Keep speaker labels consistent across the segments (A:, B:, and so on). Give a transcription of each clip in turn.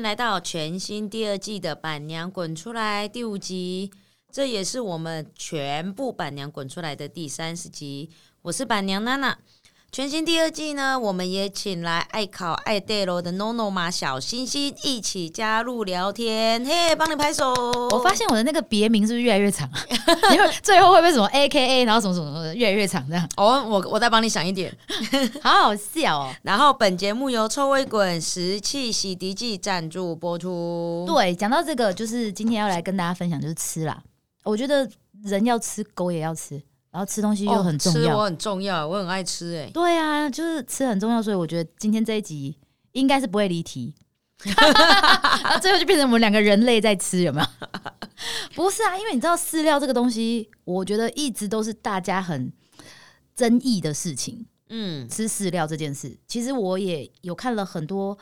A: 来到全新第二季的《板娘滚出来》第五集，这也是我们全部《板娘滚出来》的第三十集。我是板娘娜娜。全新第二季呢，我们也请来爱考爱戴罗的 NONO 嘛小星星一起加入聊天，嘿，帮你拍手。
B: 我发现我的那个别名是不是越来越长？ 因为最后会不会什么 A K A，然后什么什么什么的越来越长这样？
A: 哦，我我再帮你想一点。
B: 好好笑哦。
A: 然后本节目由臭味滚石器洗涤剂赞助播出。
B: 对，讲到这个，就是今天要来跟大家分享就是吃啦。我觉得人要吃，狗也要吃，然后吃东西又很重
A: 哦吃
B: 要。
A: 我很重要，我很爱吃哎、
B: 对啊，就是吃很重要，所以我觉得今天这一集应该是不会离 题。然后啊最后就变成我们两个人类在吃，有没有？ 不是啊，因为你知道饲料这个东西，我觉得一直都是大家很争议的事情。
A: 嗯，
B: 吃饲料这件事，其实我也有看了很多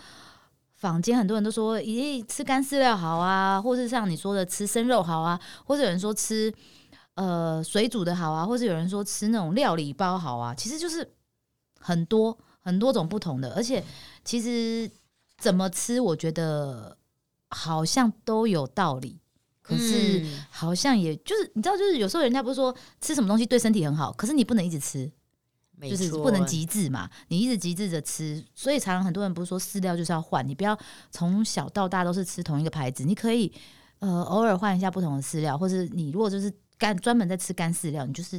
B: 坊间，很多人都说，咦，吃干饲料好啊，或是像你说的吃生肉好啊，或者有人说吃呃水煮的好啊，或者有人说吃那种料理包好啊，其实就是很多很多种不同的，而且其实怎么吃，我觉得好像都有道理，可是。
A: 嗯
B: 好像也就是你知道，就是有时候人家不是说吃什么东西对身体很好，可是你不能一直吃，
A: 没
B: 就是
A: 错
B: 不能极致嘛，你一直极致着吃，所以常常很多人不是说饲料就是要换，你不要从小到大都是吃同一个牌子，你可以呃偶尔换一下不同的饲料，或是你如果就是干专门在吃干饲料，你就是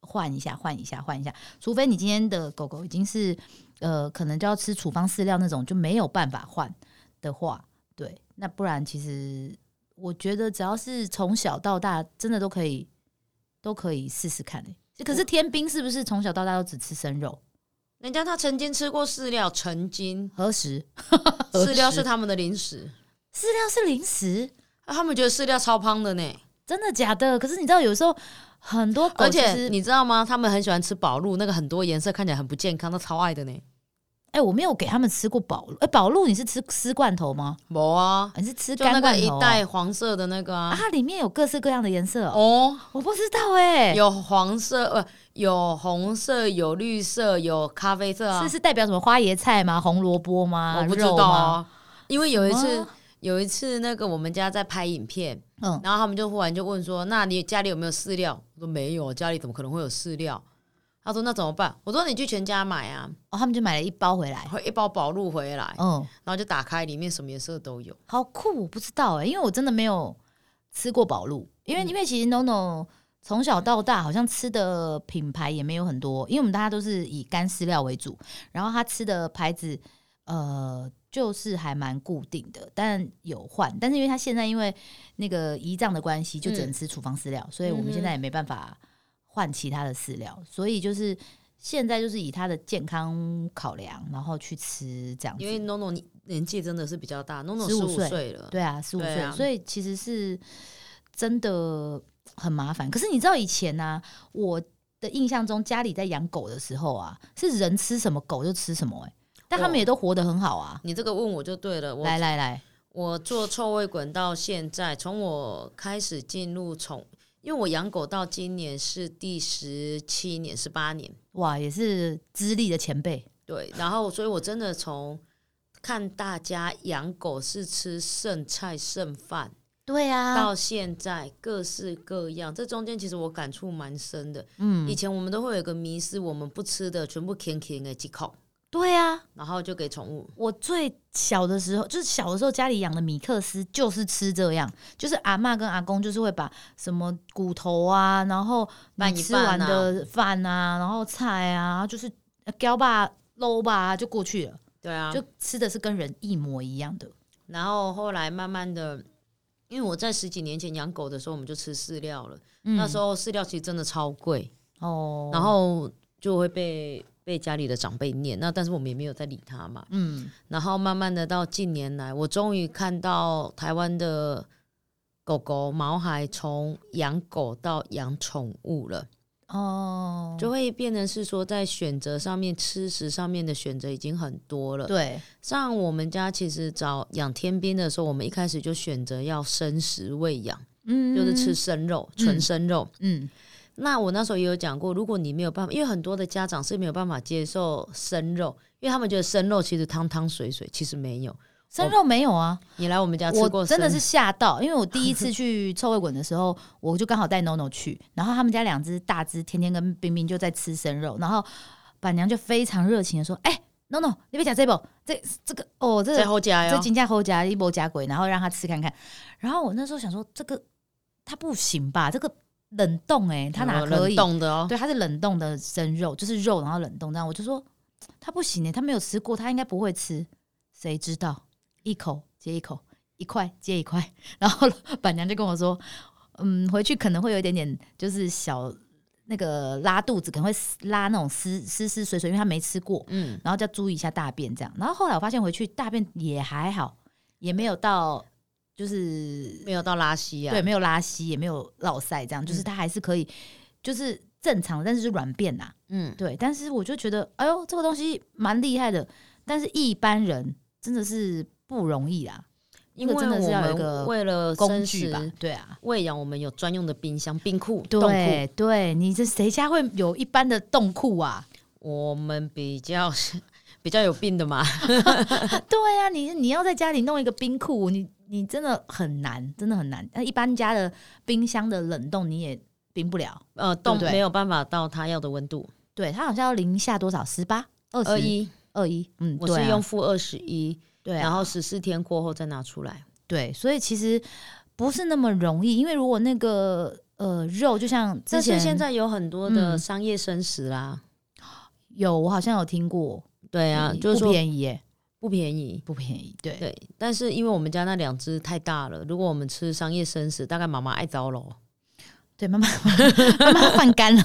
B: 换一下换一下换一下，除非你今天的狗狗已经是呃可能就要吃处方饲料那种就没有办法换的话，对，那不然其实我觉得只要是从小到大真的都可以都可以试试看、欸可是天兵是不是从小到大都只吃生肉？
A: 人家他曾经吃过饲料，曾 经
B: 何时？何时
A: 饲料是他们的零食，
B: 饲料是零食，
A: 啊他们觉得饲料超胖的呢。
B: 真的假的？可是你知道，有时候很多狗
A: 而
B: 哦其实，
A: 且你知道吗？他们很喜欢吃宝露，那个很多颜色看起来很不健康，他超爱的呢。
B: 哎、我没有给他们吃过宝露。哎、宝露你是吃吃罐头吗？
A: 没啊，
B: 你是吃
A: 就那
B: 干
A: 个
B: 罐
A: 一
B: 头哦、
A: 袋黄色的那个
B: 啊？
A: 啊，
B: 它里面有各式各样的颜色、哦，
A: 哦，
B: 我不知道哎、
A: 有黄色，呃，有红色，有绿色，有咖啡色啊
B: 是，是代表什么花椰菜吗？红萝卜吗？
A: 我不知
B: 肉
A: 道
B: 吗？
A: 啊，因为有一次
B: 什。
A: 有一次，那个我们家在拍影片，
B: 嗯，
A: 然后他们就忽然就问说：“那你家里有没有饲料？”我说：“没有，家里怎么可能会有饲料？”他说：“那怎么办？”我说：“你去全家买啊，
B: 哦，他们就买了一包回来。
A: 会一包宝路回来，
B: 嗯，
A: 然后就打开，里面什么颜色都有。
B: 好酷，我不知道哎、因为我真的没有吃过宝路，因为、
A: 嗯
B: 因为其实 NONO 从小到大好像吃的品牌也没有很多，因为我们大家都是以干饲料为主，然后他吃的牌子呃就是还蛮固定的，但有换，但是因为他现在因为那个胰脏的关系，就只能吃处方饲料，所以我
A: 嗯
B: 们
A: 哼
B: 现在也没办法换其他的饲料，所以就是。现在就是以他的健康考量，然后去吃这样子。
A: 因为 NONO 你年纪真的是比较大，NONO 十
B: 15
A: 五岁了，
B: 对啊，十五
A: 对
B: 岁，
A: 啊
B: 所以其实是真的很麻烦。可是你知道以前呢、我的印象中家里在养狗的时候啊，是人吃什么狗就吃什么、欸，但他们
A: 哦
B: 也都活得很好啊。
A: 你这个问我就对了。我
B: 来来来，
A: 我做臭味滚到现在，从我开始进入宠，因为我养狗到今年是第十七年、十八年，
B: 哇，也是资历的前辈，
A: 对。然后，所以我真的从看大家养狗是吃剩菜剩饭，
B: 对啊，
A: 到现在各式各样，这中间其实我感触蛮深的。以
B: 嗯，
A: 前我们都会有一个迷失，我们不吃的全部舔舔的几口，
B: 对啊。
A: 然后就给宠物。
B: 我最小的时候，就是小的时候家里养的米克斯就是吃这样，就是阿嬷跟阿公就是会把什么骨头啊，然后
A: 拌
B: 你
A: 一
B: 吃
A: 拌
B: 完
A: 啊
B: 的饭啊，然后菜啊，就是胶吧、肉吧就过去了，
A: 对啊，
B: 就吃的是跟人一模一样的。
A: 然后后来慢慢的，因为我在十几年前养狗的时候，我们就吃饲料了。
B: 嗯
A: 那时候饲料其实真的超贵，
B: 哦，
A: 然后就会被被家里的长辈念。那但是我们也没有再理他嘛。
B: 嗯，
A: 然后慢慢的到近年来，我终于看到台湾的狗狗毛孩从养狗到养宠物了，
B: 哦，
A: 就会变成是说在选择上面、吃食上面的选择已经很多了。
B: 对，
A: 像我们家其实找养天兵的时候，我们一开始就选择要生食喂养，
B: 嗯，
A: 就是吃，生肉，
B: 嗯
A: 纯生肉。
B: 嗯，
A: 那我那时候也有讲过，如果你没有办法，因为很多的家长是没有办法接受生肉，因为他们觉得生肉其实汤汤水水，其实没有。
B: 生肉没有啊，
A: 你来我们家吃过
B: 我真的
A: 生
B: 是吓到，因为我第 一次去臭味滚的时候，我就刚好带 NONO 去，然后他们家两只大只天天跟冰冰就在吃生肉，然后板娘就非常热情的说：“哎、n o n o 你别讲这不，这这个哦，这
A: 在
B: 个
A: 后家
B: 这
A: 哟，
B: 金价猴夹一波夹鬼，然后让他吃看看。”然后我那时候想说，这个他不行吧，这个冷冻哎、他哪
A: 有
B: 可
A: 冷
B: 以？
A: 冻的哦？
B: 对，它是冷冻的生肉，就是肉然后冷冻这样。我就说他不行呢、欸他没有吃过，他应该不会吃。谁知道一口接一口，一块接一块，然后 板娘就跟我说，嗯，回去可能会有一点点就是小那个拉肚子，可能会撕拉那种湿湿湿水水，因为他没吃过，
A: 嗯，
B: 然后就要注意一下大便这样。然后后来我发现回去大便也还好，也没有到就是
A: 没有到拉稀啊。
B: 对，，没有拉稀，也没有落腮，这样就是
A: 嗯
B: 它还是可以，就是正常的，但是是软便呐、
A: 嗯，
B: 对，但是我就觉得，哎呦，这个东西蛮厉害的，但是一般人真的是不容易啦，
A: 因为
B: 这个真的是要有一
A: 我
B: 个
A: 们为了
B: 工
A: 生
B: 具吧
A: 食，
B: 对啊。
A: 喂养，我们有专用的冰箱、冰库、冻库。
B: 对对，你这谁家会有一般的冻库啊？
A: 我们比较 比较有病的嘛，
B: 对啊，你你要在家里弄一个冰库，你你真的很难，真的很难。那一般家的冰箱的冷冻你也冰不了，
A: 呃，冻
B: 对
A: 没有办法到它要的温度。
B: 对，它好像要零下多少？十八、二
A: 二
B: 十、
A: 一，
B: 二一，嗯，
A: 我
B: 对
A: 是
B: 啊
A: 用负二十一，
B: 对啊，
A: 然后十四天过后再拿出来。
B: 对，所以其实不是那么容易，因为如果那个呃肉，就像之
A: 但是
B: 前
A: 现在有很多的
B: 嗯
A: 商业生食啦，
B: 有，我好像有听过，
A: 对啊，
B: 嗯
A: 就是
B: 不
A: 说
B: 便宜耶，
A: 不便宜。
B: 不便宜，对，
A: 对，但是因为我们家那两只太大了，如果我们吃商业生食，大概妈妈爱糟喽，
B: 对，慢慢慢慢换干了，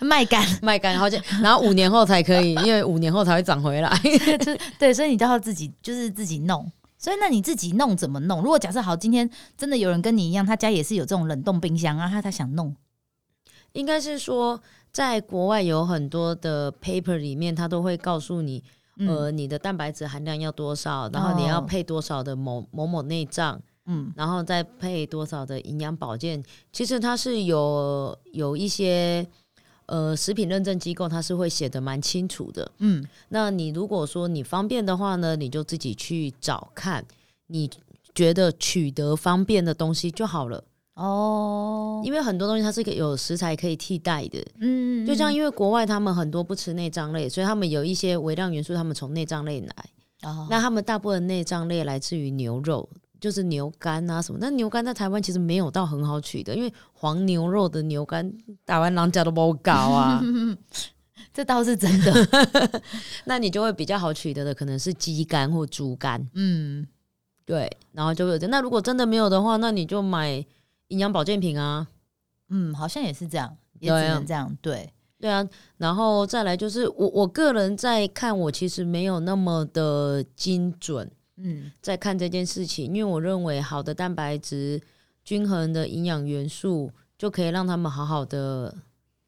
B: 卖干，
A: 卖干，好像 然后五年后才可以，因为五年后才会长回来。
B: 就对，所以你都要自己就是自己弄。所以那你自己弄怎么弄？如果假设好，今天真的有人跟你一样，他家也是有这种冷冻冰箱啊，他他想弄，
A: 应该是说，在国外有很多的 paper 里面，它都会告诉你，
B: 嗯、
A: 呃，你的蛋白质含量要多少，然后你要
B: 哦
A: 配多少的某某某内脏，
B: 嗯，
A: 然后再配多少的营养保健。其实它是有有一些呃食品认证机构，它是会写的蛮清楚的。
B: 嗯
A: 那你如果说你方便的话呢，你就自己去找看，你觉得取得方便的东西就好了，
B: 哦，
A: 因为很多东西它是可以有食材可以替代的。
B: 嗯
A: 就像
B: 嗯
A: 因为国外他们很多不吃内脏类，所以他们有一些微量元素，他们从内脏类来。
B: 哦
A: 那他们大部分内脏类来自于牛肉，就是牛肝啊什么。那牛肝在台湾其实没有到很好取的，因为黄牛肉的牛肝台湾人家都不搞 啊，
B: 这倒是真的，
A: 那你就会比较好取得的可能是鸡肝或猪肝。
B: 嗯，
A: 对，然后就会有这。那如果真的没有的话，那你就买营养保健品啊。
B: 嗯，好像也是这样，也只
A: 对啊
B: 能这样。对，
A: 对啊，然后再来就是我我个人在看，我其实没有那么的精准
B: 嗯
A: 在看这件事情，因为我认为好的蛋白质、均衡的营养元素就可以让他们好好的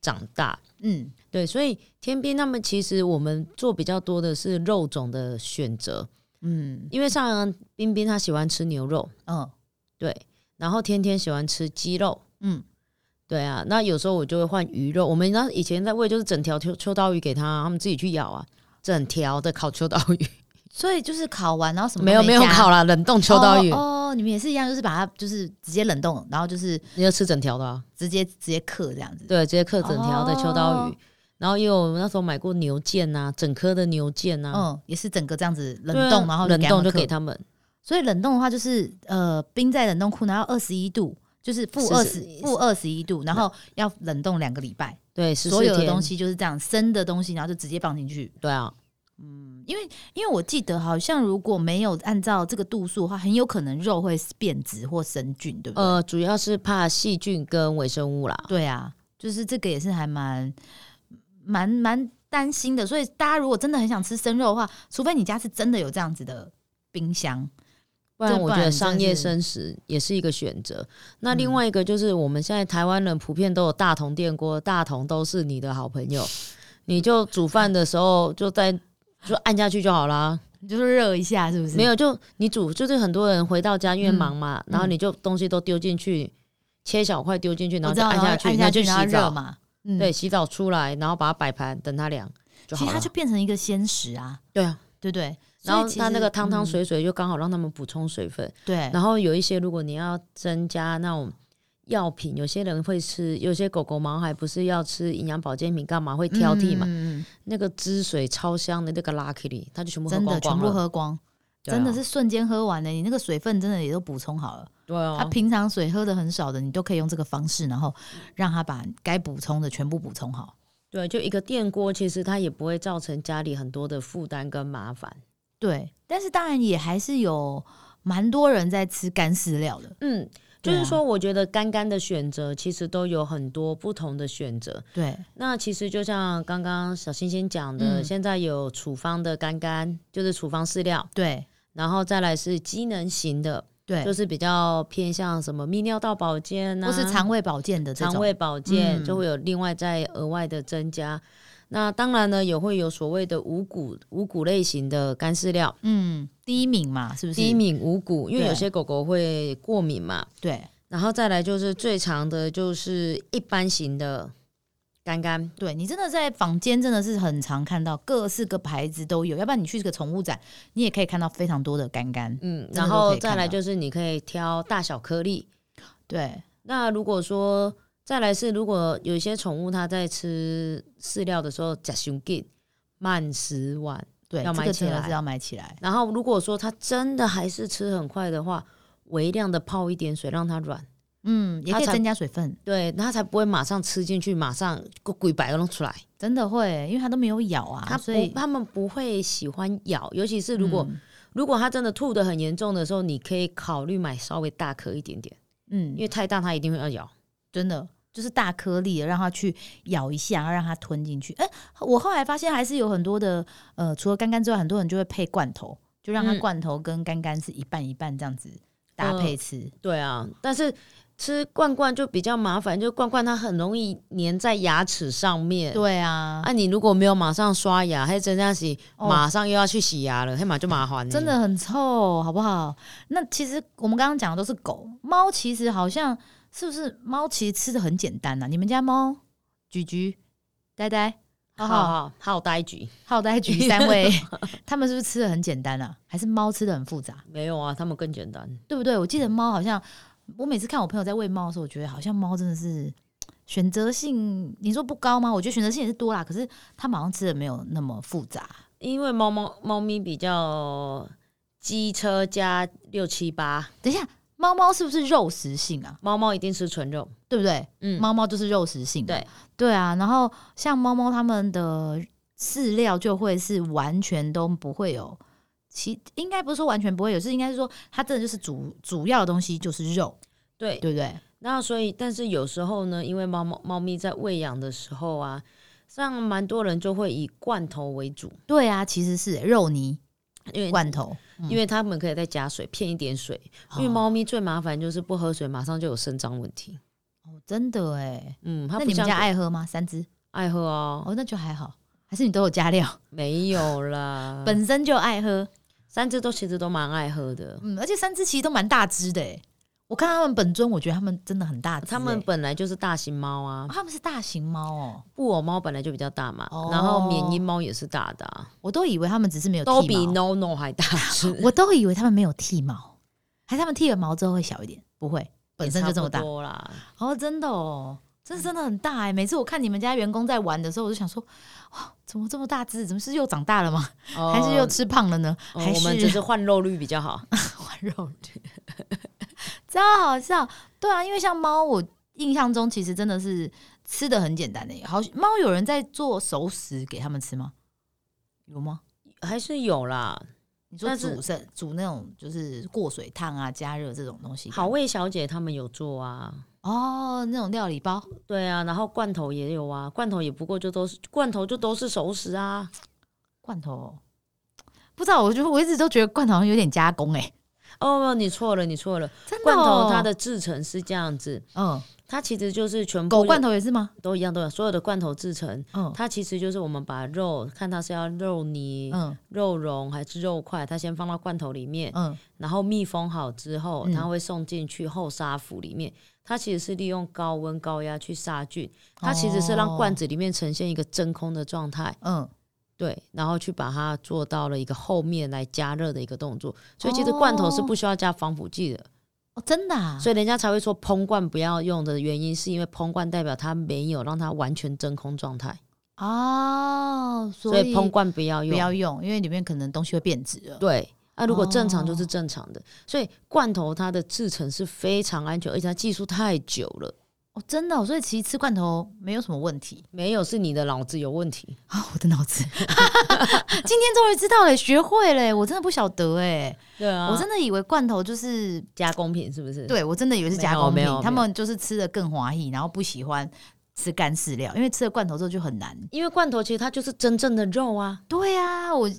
A: 长大。
B: 嗯，
A: 对，所以天边他们其实我们做比较多的是肉种的选择，
B: 嗯
A: 因为像冰冰她喜欢吃牛肉，
B: 嗯
A: 对，然后天天喜欢吃鸡肉，
B: 嗯，
A: 对啊，那有时候我就会换鱼肉。我们那以前在喂就是整条秋秋刀鱼给他，他们自己去咬啊，整条的烤秋刀鱼，
B: 所以就是烤完，然后什么
A: 没有没有烤
B: 了
A: 啦，冷冻秋刀鱼，
B: 哦哦，你们也是一样，就是把它就是直接冷冻，然后就是
A: 你要吃整条的、啊，
B: 直接直接刻这样子。
A: 对，直接刻整条的秋刀鱼。
B: 哦
A: 然后也有我那时候买过牛腱呐、整颗的牛腱呐、
B: 嗯，也是整个这样子冷
A: 啊对啊
B: 冻，然后
A: 冷冻就
B: 给
A: 给
B: 它。
A: 他们
B: 所以冷冻的话，就是呃，冰在冷冻库，然后二十一度，就是负二十
A: 是是
B: 负二十一度，然后要冷冻两个礼拜。
A: 对14
B: 所有的
A: 天
B: 东，西就是这样，生的东西，然后就直接放进去。
A: 对啊，
B: 因为因为我记得好像如果没有按照这个度数的话，很有可能肉会变质或生菌，对不对？
A: 呃，主要是怕细菌跟微生物啦。
B: 对啊，就是这个也是还蛮蛮蛮担心的。所以大家如果真的很想吃生肉的话，除非你家是真的有这样子的冰箱，
A: 不然
B: 对
A: 我
B: 不
A: 觉得
B: 然真
A: 商业
B: 是
A: 生食也是一个选择。那
B: 嗯
A: 另外一个就是我们现在台湾人普遍都有大同电锅，大同都是你的好朋友，你就煮饭的时候就在就按下去就好啦。
B: 你就是热一下，是不是？
A: 没有就你煮，就是很多人回到家因为忙嘛，
B: 嗯
A: 然后你就东西都丢进去，切小块丢进去，然
B: 我
A: 后
B: 知
A: 就
B: 道，
A: 按
B: 然后
A: 下去，
B: 按
A: 那
B: 下
A: 就
B: 去，然后
A: 洗
B: 热
A: 澡。
B: 嘛。嗯
A: 对，，洗澡出来，然后把它摆盘，等它凉就
B: 其
A: 好
B: 实它
A: 了
B: 就。变成一个鲜食啊，
A: 对啊，
B: 对不对？
A: 然后
B: 所以其实
A: 它那个汤汤
B: 嗯
A: 水水就刚好让他们补充水分。
B: 对，
A: 然后有一些，如果你要增加那种药品，有些人会吃，有些狗狗毛孩不是要吃营养保健品，干嘛会挑剔嘛？
B: 嗯嗯
A: 那个汁水超香的那个 Lucky 里，它就全部
B: 嗯
A: 喝
B: 真的
A: 光
B: 全
A: 光
B: 部
A: 了，
B: 喝光，
A: 对啊
B: 真的是瞬间喝完了，你那个水分真的也都补充好了。
A: 对啊，
B: 他平常水喝的很少的，你都可以用这个方式，然后让他把该补充的全部补充好。
A: 对，就一个电锅，其实它也不会造成家里很多的负担跟麻烦。
B: 对，但是当然也还是有蛮多人在吃干饲料的。
A: 嗯，就
B: 对啊
A: 是说，我觉得干干的选择其实都有很多不同的选择。
B: 对，
A: 那其实就像刚刚小星星讲的，
B: 嗯
A: 现在有处方的干干，就是处方饲料，
B: 对，
A: 然后再来是机能型的，
B: 对，
A: 就是比较偏向什么泌尿道保健啊，
B: 或是肠胃保健的这种。
A: 肠胃保健，
B: 嗯
A: 就会有另外再额外的增加。那当然呢，也会有所谓的五谷五谷类型的干饲料，
B: 嗯，低敏嘛，是不是？
A: 低，敏五谷，因为
B: 对
A: 有些狗狗会过敏嘛。
B: 对
A: 然后再来就是最长的就是一般型的干干，
B: 对，你真的在坊间真的是很常看到各式各牌子都有，要不然你去这个宠物展，你也可以看到非常多的干干。
A: 嗯，
B: 真的
A: 然
B: 都
A: 后
B: 可以看啊
A: 再来
B: 到
A: 就是你可以挑大小颗粒。
B: 对，
A: 那如果说再来是，如果有一些宠物它在吃饲料的时候假胸劲慢食碗，
B: 对，
A: 要
B: 这
A: 买
B: 个
A: 起
B: 真的
A: 来
B: 是要买起来。
A: 然后如果说它真的还是吃很快的话，微量的泡一点水让它软，
B: 嗯，也
A: 它
B: 可以
A: 才
B: 增加水分，
A: 对，它才不会马上吃进去，马上鬼白弄出来。
B: 真的会，因为它都没有咬啊，
A: 它
B: 所
A: 不，
B: 以
A: 它们不会喜欢咬，尤其是如果、
B: 嗯
A: 如果它真的吐的很严重的时候，你可以考虑买稍微大颗一点点，
B: 嗯
A: 因为太大它一定会要咬。
B: 真的就是大颗粒的，让它去咬一下，让它吞进去。哎、我后来发现还是有很多的，呃，除了干干之外，很多人就会配罐头，就让它
A: 嗯
B: 罐头跟干干是一半一半这样子搭配吃。
A: 对啊，但是吃罐罐就比较麻烦，就罐罐它很容易粘在牙齿上面。
B: 对啊，
A: 啊，你如果没有马上刷牙，还真的是
B: 哦
A: 马上又要去洗牙了，嘿嘛就麻烦了。
B: 真的很臭，好不好？那其实我们刚刚讲的都是狗，猫其实好像是不是？猫其实吃的很简单呐、啊你们家猫，橘橘、呆呆、浩
A: 好
B: 浩、
A: 好好呆局
B: 浩呆、橘三 位，他们是不是吃的很简单啊？还是猫吃的很复杂？
A: 没有啊，他们更简单。
B: 对不对？我记得猫好像，我每次看我朋友在喂猫的时候，我觉得好像猫真的是选择性，你说不高吗？我觉得选择性也是多啦，可是它们好像吃的没有那么复杂。
A: 因为猫猫猫咪比较机车加六七八，
B: 等一下，猫猫是不是肉食性啊？
A: 猫猫一定吃纯肉，
B: 对不对？
A: 嗯，
B: 猫猫就是肉食性嘛，
A: 对
B: 对啊。然后像猫猫它们的饲料就会是完全都不会有。其应该不是说完全不会有，是应该是说它真的就是主主要的东西就是肉，
A: 对。
B: 对不对？
A: 那所以，但是有时候呢，因为猫猫猫咪在喂养的时候啊，像蛮多人就会以罐头为主，
B: 对啊，其实是肉泥
A: 因为
B: 罐头，嗯
A: 因为他们可以再加水，骗一点水。因为
B: 哦
A: 猫咪最麻烦就是不喝水，马上就有肾脏问题。
B: 哦，真的哎。
A: 嗯，它
B: 那
A: 不
B: 你们
A: 像
B: 家爱喝吗？三只
A: 爱喝哦，
B: 哦，那就还好，还是你都有加料，，
A: 没有啦
B: 本身就爱喝。
A: 三只都其实都蛮爱喝 的。
B: 嗯，而且三只其实都蛮大只的诶。我看他们本尊，我觉得他们真的很大只诶。欸
A: 它们本来就是大型猫啊
B: 哦、，他们是大型猫哦，
A: 布偶猫本来就比较大嘛，
B: 哦
A: 然后缅因猫也是大的、啊，
B: 我都以为他们只是没有剃毛，
A: 都比 No No 还大 只，
B: 我都以为他们没有剃毛，还是他们剃了毛之后会小一点？不会，本身就这么大
A: 也差不多啦。
B: 哦，真的哦。这真的很大哎、每次我看你们家员工在玩的时候，我就想说，哇，怎么这么大只？怎么是又长大了吗？
A: 哦
B: 还是又吃胖了呢？
A: 哦
B: 还是
A: 我们只是换肉率比较好。
B: 换肉的， 超好笑。对啊，因为像猫，我印象中其实真的是吃的很简单的、好，猫有人在做熟食给他们吃吗？有吗？
A: 还是有啦，
B: 你说
A: 但是
B: 煮生煮那种就是过水烫啊、加热这种东西给他
A: 好
B: 们，
A: 味小姐他们有做啊，
B: 哦，那种料理包。
A: 对啊，然后罐头也有啊，罐头也不过就都是罐头就都是熟食啊，
B: 罐头哦，不知道，我觉得我一直都觉得罐头好像有点加工哎、
A: 哦，你错了，你错了。
B: 真的、
A: 罐
B: 哦、
A: 头它的制成是这样子，
B: 嗯，
A: 它其实就是全部
B: 狗罐头也是吗？
A: 都一样，都有所有的罐头制成，
B: 嗯
A: 它其实就是我们把肉看它是要肉泥、
B: 嗯
A: 肉蓉还是肉块，它先放到罐头里面，
B: 嗯，
A: 然后密封好之后，
B: 嗯
A: 它会送进去后杀服里面。它其实是利用高温高压去杀菌，它其实是让罐
B: 子
A: 子里面呈现一个真空的状态。
B: 哦嗯
A: 对，然后去把它做到了一个后面来加热的一个动作，所以其实罐头是不需要加防腐剂的，
B: 哦，真的、啊，
A: 所以人家才会说烹罐不要用的原因，是因为烹罐代表它没有让它完全真空状态，
B: 哦，
A: 所
B: 所
A: 以烹罐不要
B: 不
A: 用。
B: 要用，因为里面可能东西会变质了。
A: 对，那、如果正常
B: 哦
A: 就是正常的，所以罐头它的制成是非常安全，而且它技术太久了，
B: 哦，真的哦、所以其实吃罐头没有什么问题
A: 没有是你的脑子有问题。
B: 啊、我的脑子， 今天终于知道了，学会了，我真的不晓得哎，
A: 对啊
B: 我
A: 我
B: 真
A: 是
B: 的以为罐头就是，
A: 加工品是不是？，
B: 对我真的以为是加工
A: 没
B: 品
A: 有没有没，有
B: 他们就是吃的更滑意，然后不喜欢吃干饲料，因为吃了罐头之后就很难。
A: 因为罐头其实它就是真正的肉啊，
B: 对啊，我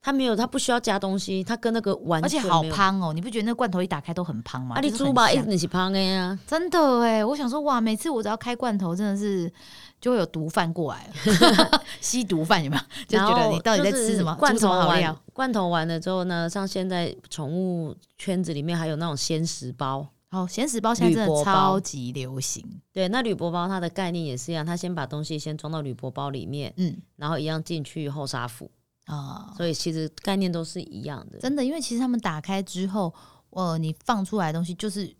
A: 它没有它不需要加东西，它跟那个完
B: 而
A: 全
B: 且好
A: 没有
B: 胖哦，你不觉得那罐头一打开都很胖吗？
A: 啊，你
B: 就是
A: 猪
B: 很
A: 吧，一
B: 香
A: 直是胖的呀、
B: 真的哎，我想说哇，每次我只要开罐头，真的是就会有毒贩过来了， 吸毒贩有没有？就
A: 然
B: 觉
A: 后
B: 得你到底在
A: 就
B: 吃
A: 是
B: 什么？
A: 罐
B: 煮什
A: 头
B: 么好
A: 完
B: 料？，
A: 罐头完了之后呢，像现在宠物圈子里面还有那种鲜食包。
B: 哦，咸食包现在真
A: 铝箔
B: 的
A: 包
B: 超级流行，
A: 对，那铝箔包它的概念也是一样，它先把东西先装到铝箔包里面，
B: 嗯
A: 然后一样进去后杀腐，
B: 啊、
A: 所以其实概念都是一样的。
B: 真的，因为其实他们打开之后，呃，你放出来的东西就是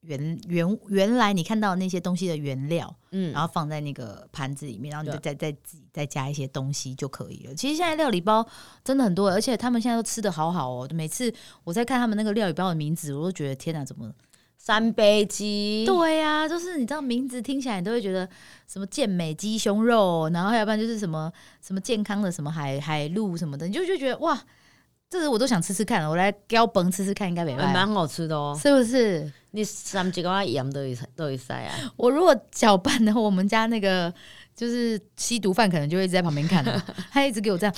B: 原原原来你看到的那些东西的原料，
A: 嗯
B: 然后放在那个盘子里面，然后你
A: 对
B: 再再再自己再加一些东西就可以了。其实现在料理包真的很多，而且他们现在都吃的好好哦。每次我在看他们那个料理包的名字，我都觉得天哪，怎么？
A: 三杯鸡，
B: 对呀、就是你知道名字听起来，你都会觉得什么健美鸡胸肉，然后要不然就是什么什么健康的什么海海陆什么的，你就就觉得哇，这个我都想吃吃看，我来标本吃吃看，应该没
A: 还
B: 办
A: 蛮
B: 法。
A: 好吃的哦。
B: 是不是？
A: 你三几个盐都会都会塞啊，
B: 我如果搅拌的话，我们家那个就是吸毒犯可能就会一直在旁边 看了，他一直给我这样，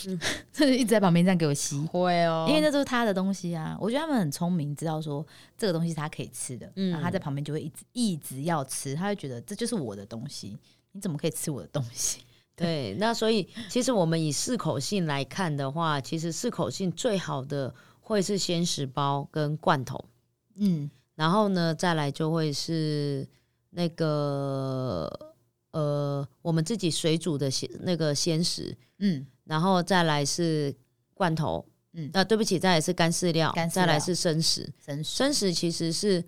B: 就是一直在旁边这样给我吸，
A: 会哦
B: 因为那都是他的东西啊。我觉得他们很聪明，知道说这个东西是他可以吃的，
A: 嗯
B: 然后他在旁边就会一直一直要吃，他会觉得这就是我的东西，你怎么可以吃我的东西？
A: 对，那所以其实我们以适口性来看的话，其实适口性最好的会是鲜食包跟罐头，
B: 嗯，
A: 然后呢，再来就会是那个呃，我们自己水煮的鲜那个鲜食，
B: 嗯，
A: 然后再来是罐头，
B: 嗯
A: 呃，对不起，再来是干饲料，
B: 干饲
A: 再来
B: 料
A: 是生食。
B: 真是
A: 生食其实是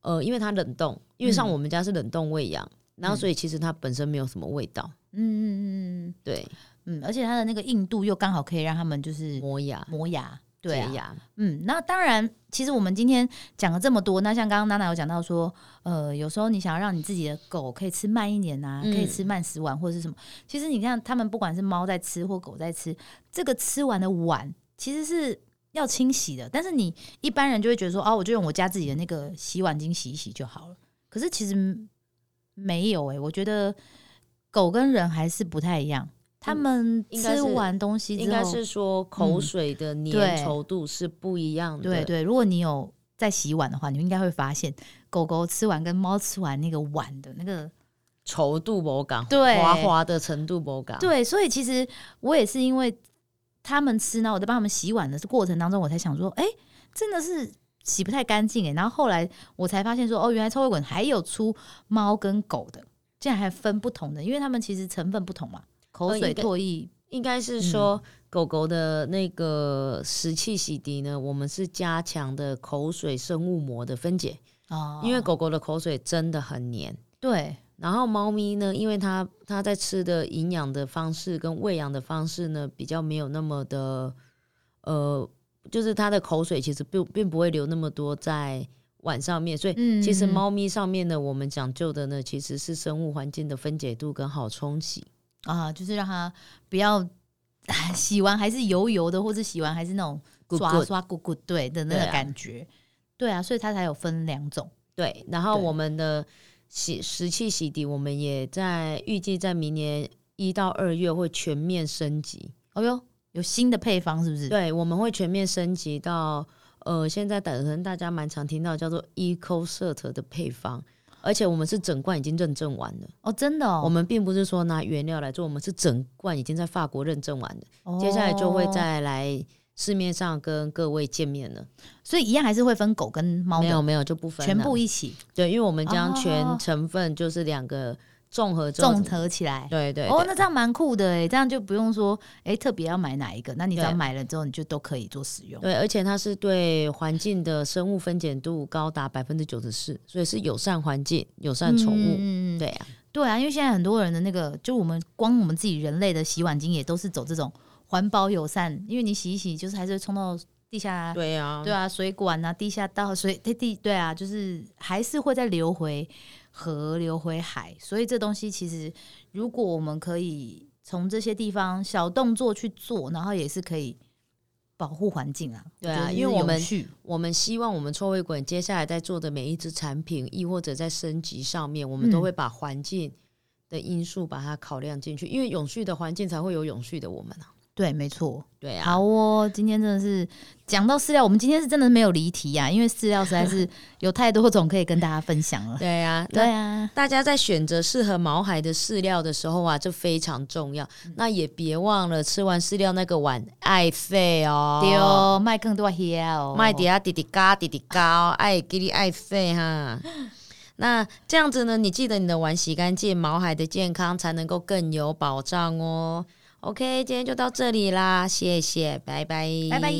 A: 呃，因为它冷冻，因为像
B: 嗯
A: 我们家是冷冻喂养，然后所以其实它本身没有什么味道，
B: 嗯嗯嗯
A: 对，
B: 嗯嗯，而且它的那个硬度又刚好可以让他们就是
A: 磨牙。
B: 磨牙，对啊
A: 解，牙，
B: 嗯，那当然，其实我们今天讲了这么多，那像刚刚娜娜有讲到说，呃，有时候你想要让你自己的狗可以吃慢一点啊，
A: 嗯
B: 可以吃慢食碗或者是什么，其实你看他们不管是猫在吃或狗在吃，这个吃完的碗其实是要清洗的，但是你一般人就会觉得说，哦，我就用我家自己的那个洗碗巾洗一洗就好了，可是其实没有诶、欸我觉得狗跟人还是不太一样，他
A: 嗯
B: 们
A: 应该
B: 吃
A: 是
B: 完东西之后嗯
A: 应该是说口水的粘
B: 对
A: 稠度是不一样的。
B: 对对，如果你有在洗碗的话，你应该会发现狗狗吃完跟猫吃完那个碗的那个
A: 稠度不感，
B: 对
A: 滑滑的程度不感。，
B: 对，所以其实我也是因为他们吃呢，我在帮他们洗碗的过程当中，我才想说，哎、真的是洗不太干净哎。然后后来我才发现说，哦，原来超会滚还有出猫跟狗的，竟然还分不同的，因为它们其实成分不同嘛，口
A: 呃
B: 水、
A: 应该
B: 唾液，
A: 应该
B: 嗯
A: 是说狗狗的那个食气洗涤呢，我们是加强的口水生物膜的分解，
B: 哦，
A: 因为狗狗的口水真的很黏。
B: 对，
A: 然后猫咪呢，因为它它在吃的营养的方式跟喂养的方式呢，比较没有那么的，呃，就是它的口水其实并并不会流那么多在碗上面，所以
B: 嗯
A: 其实
B: 嗯嗯
A: 猫咪上面呢，我们讲究的呢，其实是生物环境的分解度跟好冲洗。
B: 啊，就是让它不要洗完还是油油的，或者洗完还是那种
A: 咕
B: 刷
A: 咕
B: 刷咕咕对的那
A: 对
B: 个
A: 啊
B: 感觉。对啊，所以它才有分两种。
A: 对，然后
B: 对
A: 我们的洗石器洗涤，我们也在预计在明年一到二月会全面升级。
B: 哦哟，有新的配方是不是？
A: 对，我们会全面升级到呃，现在可能大家蛮常听到叫做 Eco Cert 的配方，而且我们是整罐已经认证完了。
B: 哦，真的
A: 我
B: 哦。
A: 们并不是说拿原料来做，我们是整罐已经在法国认证完的，
B: 哦
A: 接下来就会，再来市面上跟各位见面了。
B: 所以一样还是会分狗跟猫
A: 没有
B: 的，
A: 没有就不分了，啊
B: 全部一起。
A: 对，因为我们将全
B: 哦
A: 成分就是两个综合之后
B: 综，合起来。
A: 对对
B: 哦，
A: 对
B: 那这样蛮酷的哎，这样就不用说哎特别要买哪一个，那你只要
A: 对
B: 买了之后，你就都可以做使用。
A: 对，而且它是对环境的生物分拣度高达百分之九十四，所以是友善环境、友善宠物。
B: 嗯嗯嗯嗯
A: 对啊，
B: 对啊，因为现在很多人的那个，就我们光我们自己人类的洗碗巾也都是走这种环保友善，因为你洗一洗，就是还是会冲到地下，
A: 对啊，
B: 对啊，水管啊，地下道，水对地，对啊，就是还是会再流回河，流回海，所以这东西其实如果我们可以从这些地方小动作去做，然后也是可以保护环境啊，
A: 对啊
B: 觉得
A: 因为
B: 是
A: 我们
B: 有趣
A: 我们希望我们臭味滚接下来在做的每一只产品，亦或者在升级上面，我们都
B: 嗯
A: 会把环境的因素把它考量进去，因为永续的环境才会有永续的我们啊。
B: 对，没错。
A: 对啊，
B: 好哦，今天真的是讲到饲料，我们今天是真的没有离题呀、因为饲料实在是有太多种可以跟大家分享了。
A: 对啊，
B: 对
A: 那
B: 啊，
A: 大家在选择适合毛孩的饲料的时候啊，这非常重要。那也别忘了吃完饲料那个碗爱费哦，
B: 对哦，卖更多黑哦，
A: 麦迪啊，滴滴嘎，滴滴 高，爱给你爱费哈。那这样子呢，你记得你的碗洗干净，毛孩的健康才能够更有保障哦。OK，今天就到这里啦，谢谢，拜拜，
B: 拜拜。